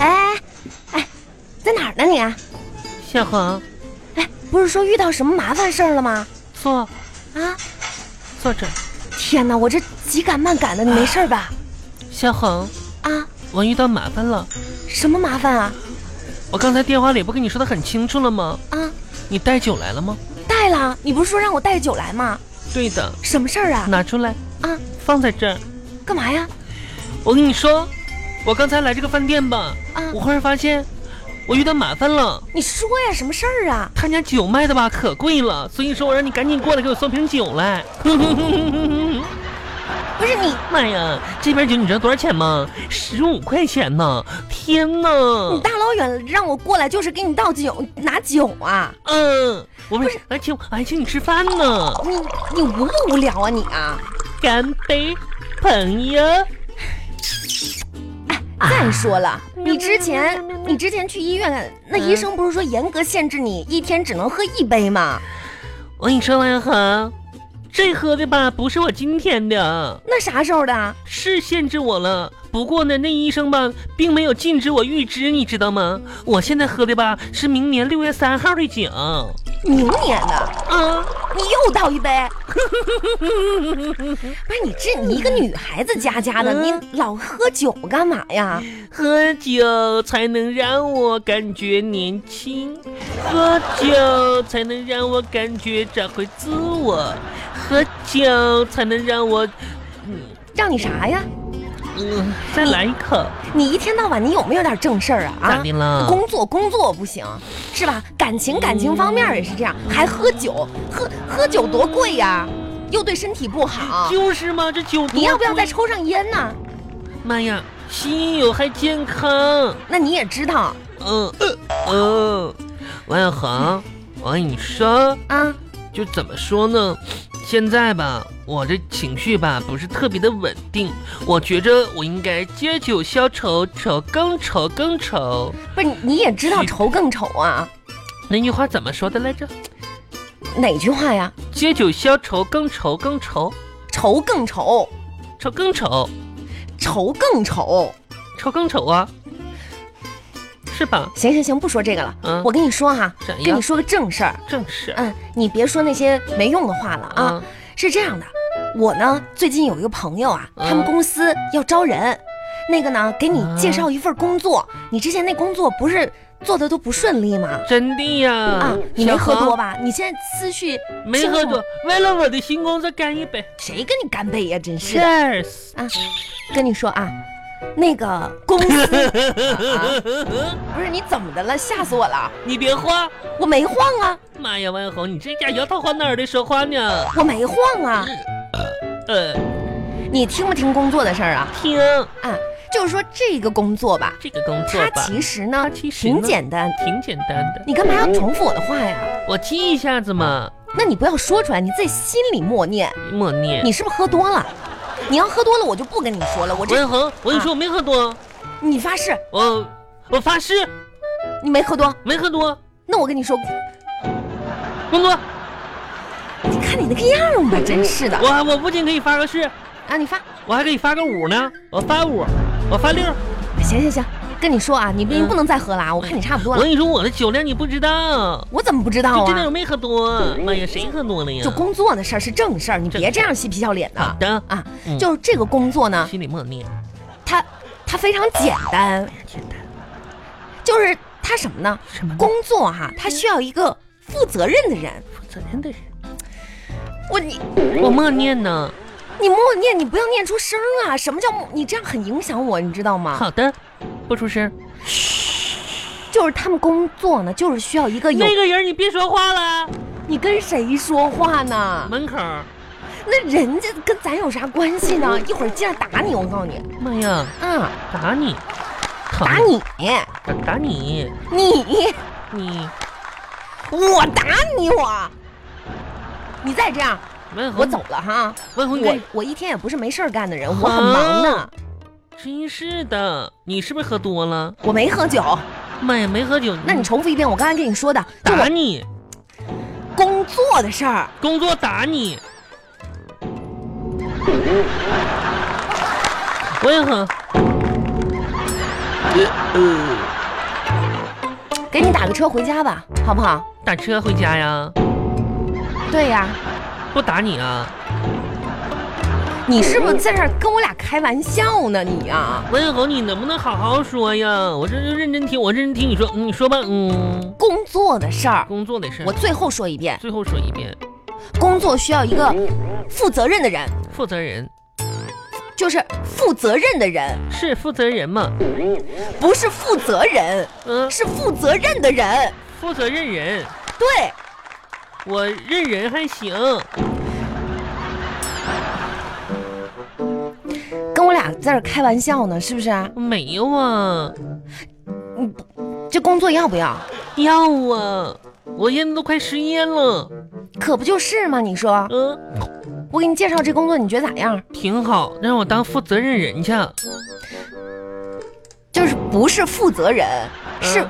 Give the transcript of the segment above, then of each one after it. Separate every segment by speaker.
Speaker 1: 哎在哪儿呢你？啊
Speaker 2: 夏恒，
Speaker 1: 哎，不是说遇到什么麻烦事儿了吗？
Speaker 2: 坐
Speaker 1: 啊！
Speaker 2: 坐着。
Speaker 1: 天哪，我这急赶慢赶的，你没事儿吧？
Speaker 2: 夏恒，
Speaker 1: 啊，
Speaker 2: 我遇到麻烦了。
Speaker 1: 什么麻烦啊？
Speaker 2: 我刚才电话里不跟你说的很清楚了吗？
Speaker 1: 啊，
Speaker 2: 你带酒来了吗？
Speaker 1: 带了，你不是说让我带酒来吗？
Speaker 2: 对的，
Speaker 1: 什么事儿啊？
Speaker 2: 拿出来，
Speaker 1: 啊，
Speaker 2: 放在这儿。
Speaker 1: 干嘛呀？
Speaker 2: 我跟你说，我刚才来这个饭店吧，
Speaker 1: 啊
Speaker 2: 我忽然发现我遇到麻烦了。
Speaker 1: 你说呀，什么事儿啊？
Speaker 2: 他家酒卖的吧可贵了，所以说我让你赶紧过来给我送瓶酒来。
Speaker 1: 不是你，
Speaker 2: 妈呀，这瓶酒你知道多少钱吗？十五块钱呢！天哪！
Speaker 1: 你大老远让我过来就是给你倒酒拿酒啊？
Speaker 2: 嗯，我不是，而且我还请你吃饭呢。
Speaker 1: 你你无不无聊啊你啊？
Speaker 2: 干杯，朋友！
Speaker 1: 再说了，你之前你之前去医院，那医生不是说严格限制你一天只能喝一杯吗？
Speaker 2: 我跟你说，王小恒，这喝的吧不是我今天的，
Speaker 1: 那啥时候的啊？
Speaker 2: 是限制我了。不过呢，那医生吧并没有禁止我预支，你知道吗？我现在喝的吧是明年六月三号的酒。
Speaker 1: 明年的，
Speaker 2: 啊，
Speaker 1: 你又倒一杯。 不是你这你一个女孩子家家的，你
Speaker 2: 嗯
Speaker 1: 老喝酒干嘛呀？
Speaker 2: 喝酒才能让我感觉年轻，喝酒才能让我感觉找回自我，喝酒才能让我，
Speaker 1: 让你啥呀？
Speaker 2: 嗯，再来一口。
Speaker 1: 你一天到晚你有没有点正事儿啊？
Speaker 2: 咋
Speaker 1: 啊
Speaker 2: 的？了？
Speaker 1: 工作工作不行，是吧？感情感情方面也是这样，还喝酒，喝喝酒多贵呀、又对身体不好。
Speaker 2: 就是嘛，这酒
Speaker 1: 啊你要不要
Speaker 2: 多
Speaker 1: 再
Speaker 2: 贵？
Speaker 1: 抽上烟呢？
Speaker 2: 妈呀，吸有害健康。
Speaker 1: 那你也知道
Speaker 2: 嗯嗯，王小航，我跟你说，
Speaker 1: 啊，
Speaker 2: 就怎么说呢？现在吧，我这情绪吧不是特别的稳定，我觉着我应该借酒消愁，愁更愁更愁。
Speaker 1: 不是你你也知道
Speaker 2: 是
Speaker 1: 愁更愁啊？
Speaker 2: 那句话怎么说的来着？
Speaker 1: 哪句话呀？
Speaker 2: 借酒消愁，更愁更愁，
Speaker 1: 愁更愁，
Speaker 2: 愁更愁，
Speaker 1: 愁更愁。
Speaker 2: 愁更愁啊，是吧？
Speaker 1: 行行行，不说这个了。
Speaker 2: 嗯
Speaker 1: 我跟你说哈，
Speaker 2: 怎样
Speaker 1: 跟你说个正事儿。
Speaker 2: 正是嗯啊。
Speaker 1: 嗯，你别说那些没用的话了啊。是这样的，我呢最近有一个朋友啊，
Speaker 2: 嗯
Speaker 1: 他们公司要招人，那个呢给你介绍一份工
Speaker 2: 啊
Speaker 1: 作，你之前那工作不是做的都不顺利吗？
Speaker 2: 真的呀！
Speaker 1: 啊，你没喝
Speaker 2: 嗯小
Speaker 1: 多
Speaker 2: 航？
Speaker 1: 吧？你现在思绪
Speaker 2: 没
Speaker 1: 清
Speaker 2: 喝
Speaker 1: 楚
Speaker 2: 多，，为了我的新工作干一杯。
Speaker 1: 谁跟你干杯呀、真是的，
Speaker 2: 啊
Speaker 1: 啊
Speaker 2: Cheers！
Speaker 1: 跟你说啊，那个公 司啊不是你怎么的了？吓死我了！
Speaker 2: 你别慌，
Speaker 1: 我没晃啊，
Speaker 2: 妈呀，万红，你这家摇头晃脑的说话呢？
Speaker 1: 我没晃啊，
Speaker 2: 呃，
Speaker 1: 你听不听工作的事儿啊？
Speaker 2: 听
Speaker 1: 啊，就是说这个工作吧，
Speaker 2: 这个工嗯作
Speaker 1: 它
Speaker 2: 吧，
Speaker 1: 其实呢
Speaker 2: 其实
Speaker 1: 挺
Speaker 2: 呢
Speaker 1: 简单，
Speaker 2: 挺简单的，
Speaker 1: 你干嘛要重复我的话呀？
Speaker 2: 我记一下子嘛，
Speaker 1: 那你不要说出来，你自己心里默念，
Speaker 2: 默念。
Speaker 1: 你是不是喝多了？你要喝多了，我就不跟你说了。我这，啊
Speaker 2: 万红，我跟你说，我没喝多，
Speaker 1: 你发誓
Speaker 2: 我我发誓
Speaker 1: 你没喝多，
Speaker 2: 没喝多，
Speaker 1: 那我跟你说，
Speaker 2: 工作，
Speaker 1: 你看你那个样儿吧，真是的
Speaker 2: 我我不仅可以发个誓，
Speaker 1: 啊！你发，
Speaker 2: 我还可以发个五呢，我发五，我发六。
Speaker 1: 行行行，跟你说啊，你你
Speaker 2: 嗯
Speaker 1: 不能再喝了啊！我看你差不多
Speaker 2: 我
Speaker 1: 了
Speaker 2: 跟，你说，我的酒量你不知道。
Speaker 1: 我怎么不知道
Speaker 2: 就这点我
Speaker 1: 啊？
Speaker 2: 没喝多，妈呀，谁喝多了呀？
Speaker 1: 就工作的事儿是正事儿，你别
Speaker 2: 正事
Speaker 1: 这
Speaker 2: 儿
Speaker 1: 样嬉皮笑脸的
Speaker 2: 好的
Speaker 1: 啊！
Speaker 2: 嗯
Speaker 1: 就是这个工作呢，
Speaker 2: 心里默念，
Speaker 1: 它它非常简单，
Speaker 2: 简单
Speaker 1: 就是它什么呢？
Speaker 2: 什么嗯
Speaker 1: 工作哈、它需要一个负责任的人。
Speaker 2: 负责任的人，
Speaker 1: 我你
Speaker 2: 我默念呢。
Speaker 1: 你默念，你不要念出声啊！什么叫默你这样很影响我，你知道吗？
Speaker 2: 好的，不出声。
Speaker 1: 就是他们工作呢，就是需要一个有
Speaker 2: 那个人，你别说话了。
Speaker 1: 你跟谁说话呢？
Speaker 2: 门口，
Speaker 1: 那人家跟咱有啥关系呢？一会儿进来打你，我告诉你，
Speaker 2: 妈呀，
Speaker 1: 啊，
Speaker 2: 打你，疼
Speaker 1: 打你，
Speaker 2: 打打你，
Speaker 1: 你，
Speaker 2: 你，
Speaker 1: 我打你，我，你再这样，
Speaker 2: 万红，
Speaker 1: 我走，了哈。
Speaker 2: 万红，
Speaker 1: 我
Speaker 2: 你
Speaker 1: 我一天也不是没事儿干的人，我很忙的，
Speaker 2: 真是的，你是不是喝多了？
Speaker 1: 我没喝酒。
Speaker 2: 妈呀，没喝酒，
Speaker 1: 那你重复一遍我刚才跟你说的，就
Speaker 2: 打
Speaker 1: 我
Speaker 2: 你，
Speaker 1: 工作的事儿。
Speaker 2: 工作打你。
Speaker 1: 嗯
Speaker 2: 万红，
Speaker 1: 给你打个车回家吧，好不好？
Speaker 2: 打车回家呀？
Speaker 1: 对呀、
Speaker 2: 不打你啊？
Speaker 1: 你是不是在这儿跟我俩开玩笑呢？你啊，
Speaker 2: 文小狗，你能不能好好说呀？我这就认真听，我认真听你说，嗯你说吧，嗯，
Speaker 1: 工作的事儿，
Speaker 2: 工作的事儿，
Speaker 1: 我最后说一遍，
Speaker 2: 最后说一遍，
Speaker 1: 工作需要一个负责任的人，
Speaker 2: 负责人
Speaker 1: 就是负责任的人，
Speaker 2: 是负责人嘛？
Speaker 1: 不是负责人，
Speaker 2: 嗯，
Speaker 1: 是负责任的人。
Speaker 2: 负责任人，
Speaker 1: 对，
Speaker 2: 我认人还行，
Speaker 1: 跟我俩在这儿开玩笑呢，是不是啊？
Speaker 2: 没有啊，
Speaker 1: 这工作要不要？
Speaker 2: 要啊，我现在都快失业了，
Speaker 1: 可不就是吗？你说，
Speaker 2: 嗯，
Speaker 1: 我给你介绍这工作，你觉得咋样？
Speaker 2: 挺好，让我当负责任人去，
Speaker 1: 就是不是负责人，
Speaker 2: 嗯
Speaker 1: 是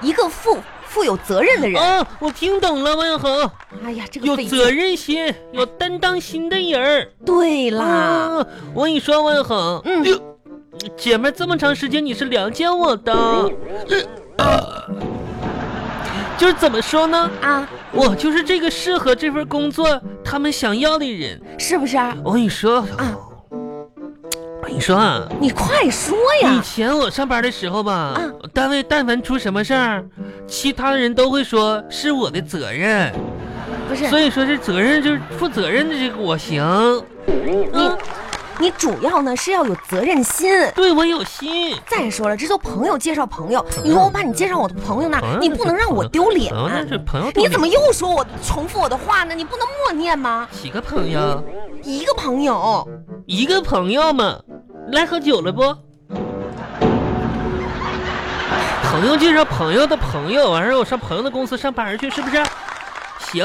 Speaker 1: 一个负负有责任的人。
Speaker 2: 啊，我听懂了，王小恒，
Speaker 1: 哎呀，这个
Speaker 2: 有
Speaker 1: 费
Speaker 2: 责
Speaker 1: 劲。
Speaker 2: 任心、有担当心的人儿。
Speaker 1: 对啦，
Speaker 2: 啊！我跟你说，王小恒，
Speaker 1: 嗯
Speaker 2: 哟，姐妹这么长时间你是了解我的，呃就是怎么说呢，
Speaker 1: 啊，
Speaker 2: 我就是这个适合这份工作他们想要的人。
Speaker 1: 是不是啊？
Speaker 2: 我跟你说，
Speaker 1: 啊
Speaker 2: 我跟你说啊。
Speaker 1: 你快说
Speaker 2: 以
Speaker 1: 哎呀！
Speaker 2: 前我上班的时候吧
Speaker 1: 啊，
Speaker 2: 单位但凡出什么事儿，其他人都会说是我的责任，
Speaker 1: 不是
Speaker 2: 嗯所以说这责任就是负责任的这个我行。嗯，
Speaker 1: 你主要呢是要有责任心。
Speaker 2: 对我有心。
Speaker 1: 再说了，这都朋友介绍朋友，
Speaker 2: 友
Speaker 1: 你说我把你介绍我的朋友那
Speaker 2: 朋
Speaker 1: 儿，
Speaker 2: 友
Speaker 1: 你不能让我丢脸
Speaker 2: 朋。友那是朋友，
Speaker 1: 啊你怎么又说我重复我的话呢？你不能默念吗？
Speaker 2: 几个朋友？啊
Speaker 1: 一个朋友，
Speaker 2: 一个朋友嘛，来喝酒了不？朋友介绍朋友的朋友，完事儿我上朋友的公司上班去，是不是？行，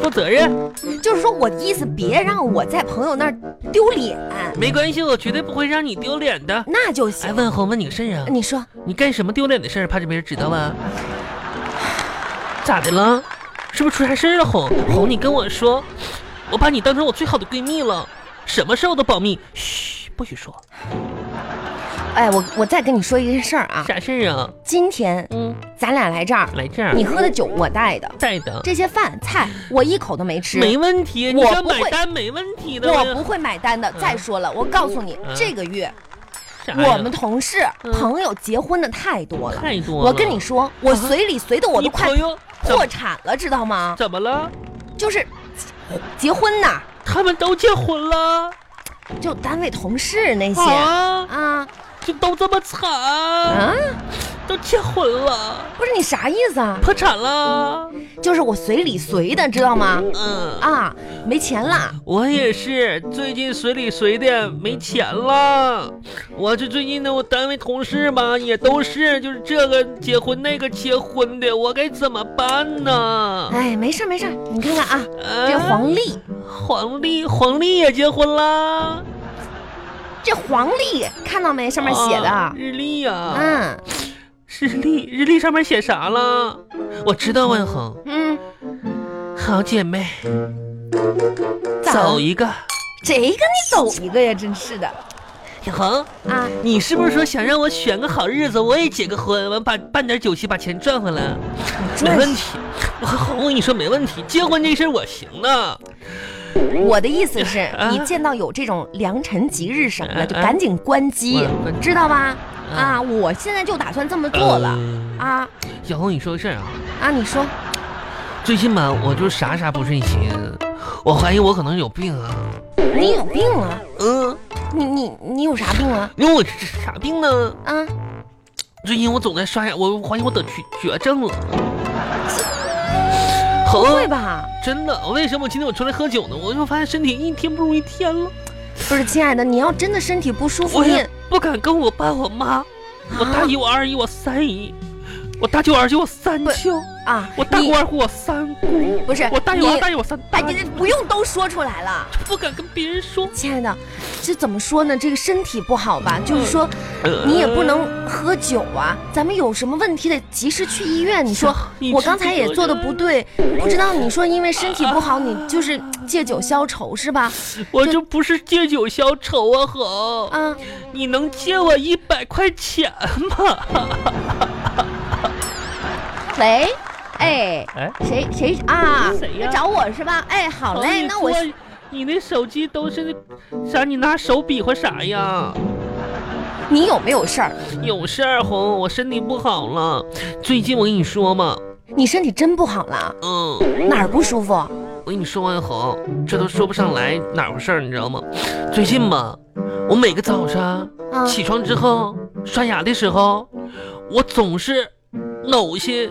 Speaker 2: 负责任，
Speaker 1: 就是说我的意思，别让我在朋友那儿丢脸，
Speaker 2: 没关系，我绝对不会让你丢脸的。
Speaker 1: 那就
Speaker 2: 哎，
Speaker 1: 行。
Speaker 2: 问候问你个事儿啊，
Speaker 1: 你说，
Speaker 2: 你干什么丢脸的事儿？怕是没人知道啊？咋的了？是不是出啥事儿了？红红，你跟我说，我把你当成我最好的闺蜜了，什么事儿我都保密，嘘，不许说。
Speaker 1: 哎，我我再跟你说一件事儿啊，
Speaker 2: 啥事儿啊？
Speaker 1: 今天
Speaker 2: 嗯，
Speaker 1: 咱俩来这儿，
Speaker 2: 来这儿，
Speaker 1: 你喝的酒我带的，
Speaker 2: 带的，
Speaker 1: 这些饭菜我一口都没吃，
Speaker 2: 没问题，你
Speaker 1: 我
Speaker 2: 想
Speaker 1: 不会
Speaker 2: 买单没问题的。
Speaker 1: 我不会买单的。
Speaker 2: 嗯
Speaker 1: 再说了，我告诉你
Speaker 2: 嗯，
Speaker 1: 这个月
Speaker 2: 啥呀
Speaker 1: 我们同事
Speaker 2: 嗯
Speaker 1: 朋友结婚的太多了。
Speaker 2: 太多了。
Speaker 1: 我
Speaker 2: 啊
Speaker 1: 跟你说，我随礼随的我
Speaker 2: 你
Speaker 1: 都快
Speaker 2: 朋友怎
Speaker 1: 破产了，知道吗？
Speaker 2: 怎么了？
Speaker 1: 就是结婚呐，
Speaker 2: 他们都结婚了
Speaker 1: 就单位同事那些
Speaker 2: 啊，
Speaker 1: 啊
Speaker 2: 就都这么惨，
Speaker 1: 啊，
Speaker 2: 都结婚了，
Speaker 1: 不是你啥意思啊？
Speaker 2: 破产了。
Speaker 1: 就是我随礼随的，知道吗？
Speaker 2: 嗯，
Speaker 1: 啊，没钱了，
Speaker 2: 我也是，最近随里随的没钱了。我这最近的我单位同事吧，也都是就是这个结婚那个结婚的，我该怎么办呢？
Speaker 1: 哎，没事儿没事儿，你看看啊，
Speaker 2: 啊
Speaker 1: 这黄历，
Speaker 2: 黄历，黄历也结婚啦。
Speaker 1: 这黄历看到没？上面写
Speaker 2: 啊
Speaker 1: 的，
Speaker 2: 日历呀、
Speaker 1: 嗯
Speaker 2: 是日历，日历上面写啥了？我知道，万恒，
Speaker 1: 嗯，
Speaker 2: 好姐妹，
Speaker 1: 咋
Speaker 2: 走一个。
Speaker 1: 这个你走一个呀，真是的
Speaker 2: 小恒，
Speaker 1: 啊！
Speaker 2: 你是不是说想让我选个好日子，我也结个婚，完把办点酒席，把钱赚回来？没问题，我恒，我跟你说没问题，结婚这事儿我行啊的。
Speaker 1: 我的意思是
Speaker 2: 啊，
Speaker 1: 你见到有这种良辰吉日什么
Speaker 2: 啊
Speaker 1: 的，就赶紧关机
Speaker 2: 我关，
Speaker 1: 知道吧？
Speaker 2: 啊
Speaker 1: 啊，我现在就打算这么做了
Speaker 2: 嗯
Speaker 1: 啊
Speaker 2: 小恒，你说个事儿啊，
Speaker 1: 啊！你说
Speaker 2: 最近吧，我就啥啥不顺心，我怀疑我可能有病啊。
Speaker 1: 你有病啊？
Speaker 2: 嗯，
Speaker 1: 你你你有啥病啊？
Speaker 2: 因为我这这啥病呢？
Speaker 1: 啊，
Speaker 2: 最近我总在刷牙，我怀疑我得绝绝症了。恒，
Speaker 1: 会吧？
Speaker 2: 真的，为什么今天我出来喝酒呢？我就发现身体一天不如一天了，
Speaker 1: 不是，亲爱的，你要真的身体不舒服，
Speaker 2: 我
Speaker 1: 你
Speaker 2: 也不敢跟我爸我
Speaker 1: 啊
Speaker 2: 妈，我大姨我二姨我三姨，我大舅二舅我三舅，
Speaker 1: 啊，
Speaker 2: 我大姑
Speaker 1: 你
Speaker 2: 二姑我三姑，
Speaker 1: 不是
Speaker 2: 我大姨
Speaker 1: 你
Speaker 2: 我二大姨我三
Speaker 1: 把
Speaker 2: 大
Speaker 1: 你
Speaker 2: 姨，
Speaker 1: 这不用都说出来了。
Speaker 2: 不敢跟别人说。
Speaker 1: 亲爱的，这怎么说呢？这个身体不好
Speaker 2: 嗯
Speaker 1: 吧，就是说
Speaker 2: 呃
Speaker 1: 你也不能喝酒啊。咱们有什么问题得及时去医院。你说
Speaker 2: 你
Speaker 1: 我
Speaker 2: 知
Speaker 1: 刚才也做的不对，不知道你说因为身体不好，你就是借酒消愁是吧？
Speaker 2: 我这不是借酒消愁啊，恒，
Speaker 1: 啊，
Speaker 2: 你能借我一百块钱吗？
Speaker 1: 喂，哎，
Speaker 2: 哎，
Speaker 1: 谁谁啊？
Speaker 2: 谁呀
Speaker 1: 要找我是吧？哎，好
Speaker 2: 好
Speaker 1: 嘞，
Speaker 2: 你
Speaker 1: 那我
Speaker 2: 说你那手机都是那啥？你拿手比划啥呀？
Speaker 1: 你有没有事儿？
Speaker 2: 有事儿红，我身体不好了。最近我跟你说嘛，
Speaker 1: 你身体真不好了，
Speaker 2: 嗯，
Speaker 1: 哪儿不舒服？
Speaker 2: 我跟你说完红，这都说不上来哪回事儿，你知道吗？最近吧，我每个早上
Speaker 1: 啊，
Speaker 2: 起床之后刷牙的时候，我总是呕心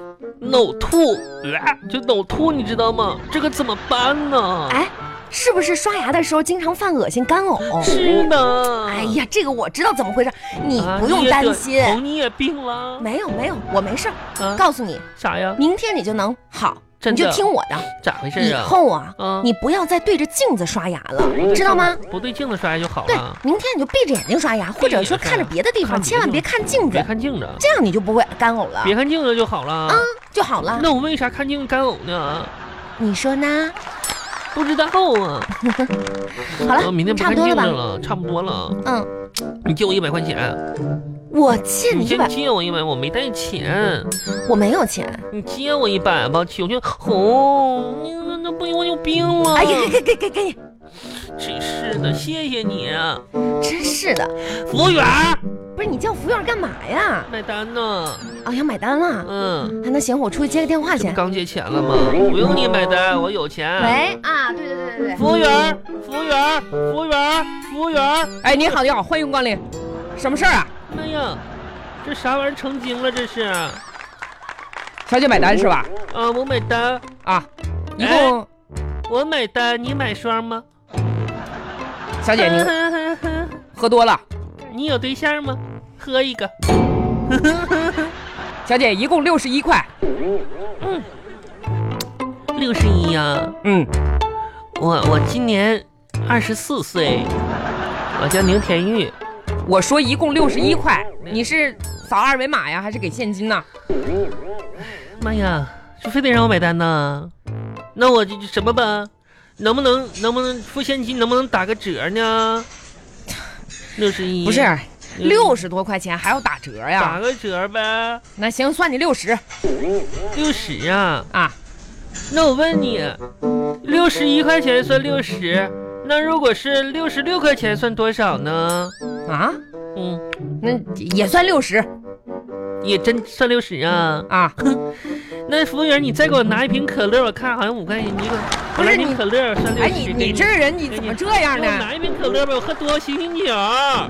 Speaker 2: 呕吐，啊就呕吐，你知道吗？这可怎么办呢？
Speaker 1: 哎，是不是刷牙的时候经常犯恶心、干呕？
Speaker 2: 是。的，
Speaker 1: 哎呀，这个我知道怎么回事，你
Speaker 2: 嗯啊，
Speaker 1: 不用
Speaker 2: 你也
Speaker 1: 担
Speaker 2: 得
Speaker 1: 心。
Speaker 2: 红，你也病了？
Speaker 1: 没有没有，我没事儿。
Speaker 2: 啊，
Speaker 1: 告诉你，
Speaker 2: 啥呀？
Speaker 1: 明天你就能好，
Speaker 2: 真
Speaker 1: 你
Speaker 2: 的
Speaker 1: 就听我的。
Speaker 2: 咋回事
Speaker 1: 以
Speaker 2: 啊？嗯
Speaker 1: 后啊，
Speaker 2: 啊
Speaker 1: 你不要再对着镜子刷牙了，知道吗？？
Speaker 2: 不对镜子刷牙就好
Speaker 1: 对
Speaker 2: 了，，
Speaker 1: 明天你就闭着眼睛刷牙，或者说看着别的地方，
Speaker 2: 看别的地
Speaker 1: 千万别看镜
Speaker 2: 别
Speaker 1: 子，
Speaker 2: 看镜子，
Speaker 1: 这样你就不会干呕了
Speaker 2: 别看镜子就好了
Speaker 1: 啊。，就好了。
Speaker 2: 那我为啥看镜子干呕呢？
Speaker 1: 你说呢？
Speaker 2: 不知道啊。
Speaker 1: 好
Speaker 2: 我
Speaker 1: 了，
Speaker 2: 呃明天不
Speaker 1: 差不
Speaker 2: 看
Speaker 1: 多
Speaker 2: 镜
Speaker 1: 了
Speaker 2: 子
Speaker 1: 吧？
Speaker 2: 了，差不多了。
Speaker 1: 嗯，
Speaker 2: 你借我一百块钱，
Speaker 1: 我欠
Speaker 2: 你
Speaker 1: 你一
Speaker 2: 先
Speaker 1: 百，
Speaker 2: 借我一百，我没带钱，
Speaker 1: 我没有钱。
Speaker 2: 你借我一百吧，求求。哦，那那不行，我有病了。
Speaker 1: 哎呀，给给给给给你，
Speaker 2: 真是的，谢谢你，啊
Speaker 1: 真是的，
Speaker 2: 服务员，
Speaker 1: 不是你叫服务员干嘛呀？
Speaker 2: 买单呢。
Speaker 1: 哦，要买单了。
Speaker 2: 嗯，
Speaker 1: 啊那行，我出去接个电话
Speaker 2: 这
Speaker 1: 去
Speaker 2: 不。刚借钱了吗？不用你买单，我有钱。
Speaker 1: 喂啊，对对对对对。
Speaker 2: 服务员儿，服务员儿，服务员儿，服务员儿。
Speaker 1: 哎，你好，你好，欢迎光临。什么事儿啊？
Speaker 2: 妈呀，这啥玩意儿成精了？这是啊，
Speaker 1: 小姐买单是吧？
Speaker 2: 我买单，
Speaker 1: 啊，
Speaker 2: 一共我买单，你买双吗？
Speaker 1: 小喝多了。
Speaker 2: 你有对象吗？喝一个。
Speaker 1: 小姐，一共六十一块。
Speaker 2: 六十一呀，
Speaker 1: 嗯，
Speaker 2: 我我今年二十四岁，我叫牛田玉。
Speaker 1: 我说一共六十一块，你是扫二维码呀，还是给现金呢？
Speaker 2: 妈呀，这非得让我买单呢？那我就就什么吧？能不能能不能付现金？能不能打个折呢？六十一
Speaker 1: 不是，
Speaker 2: 嗯
Speaker 1: 六十多块钱还要打折呀
Speaker 2: 打？个折呗，
Speaker 1: 那行，算你六十
Speaker 2: 六十啊。
Speaker 1: 啊。
Speaker 2: 那我问你，六十一块钱算六十，那如果是六十六块钱算多少呢？
Speaker 1: 啊，
Speaker 2: 嗯，
Speaker 1: 那也算六十
Speaker 2: 也真算六十啊。
Speaker 1: 啊。
Speaker 2: 那服务员，你再给我拿一瓶可乐，我看好像五块钱一个。
Speaker 1: 不
Speaker 2: 我拿
Speaker 1: 是
Speaker 2: 一瓶
Speaker 1: 你
Speaker 2: 可乐算六
Speaker 1: 哎，
Speaker 2: 十。
Speaker 1: 你
Speaker 2: 给
Speaker 1: 你这人你
Speaker 2: 给
Speaker 1: 怎
Speaker 2: 你
Speaker 1: 么这样
Speaker 2: 给我
Speaker 1: 呢？
Speaker 2: 拿一瓶可乐吧，我喝多了醒醒酒。啊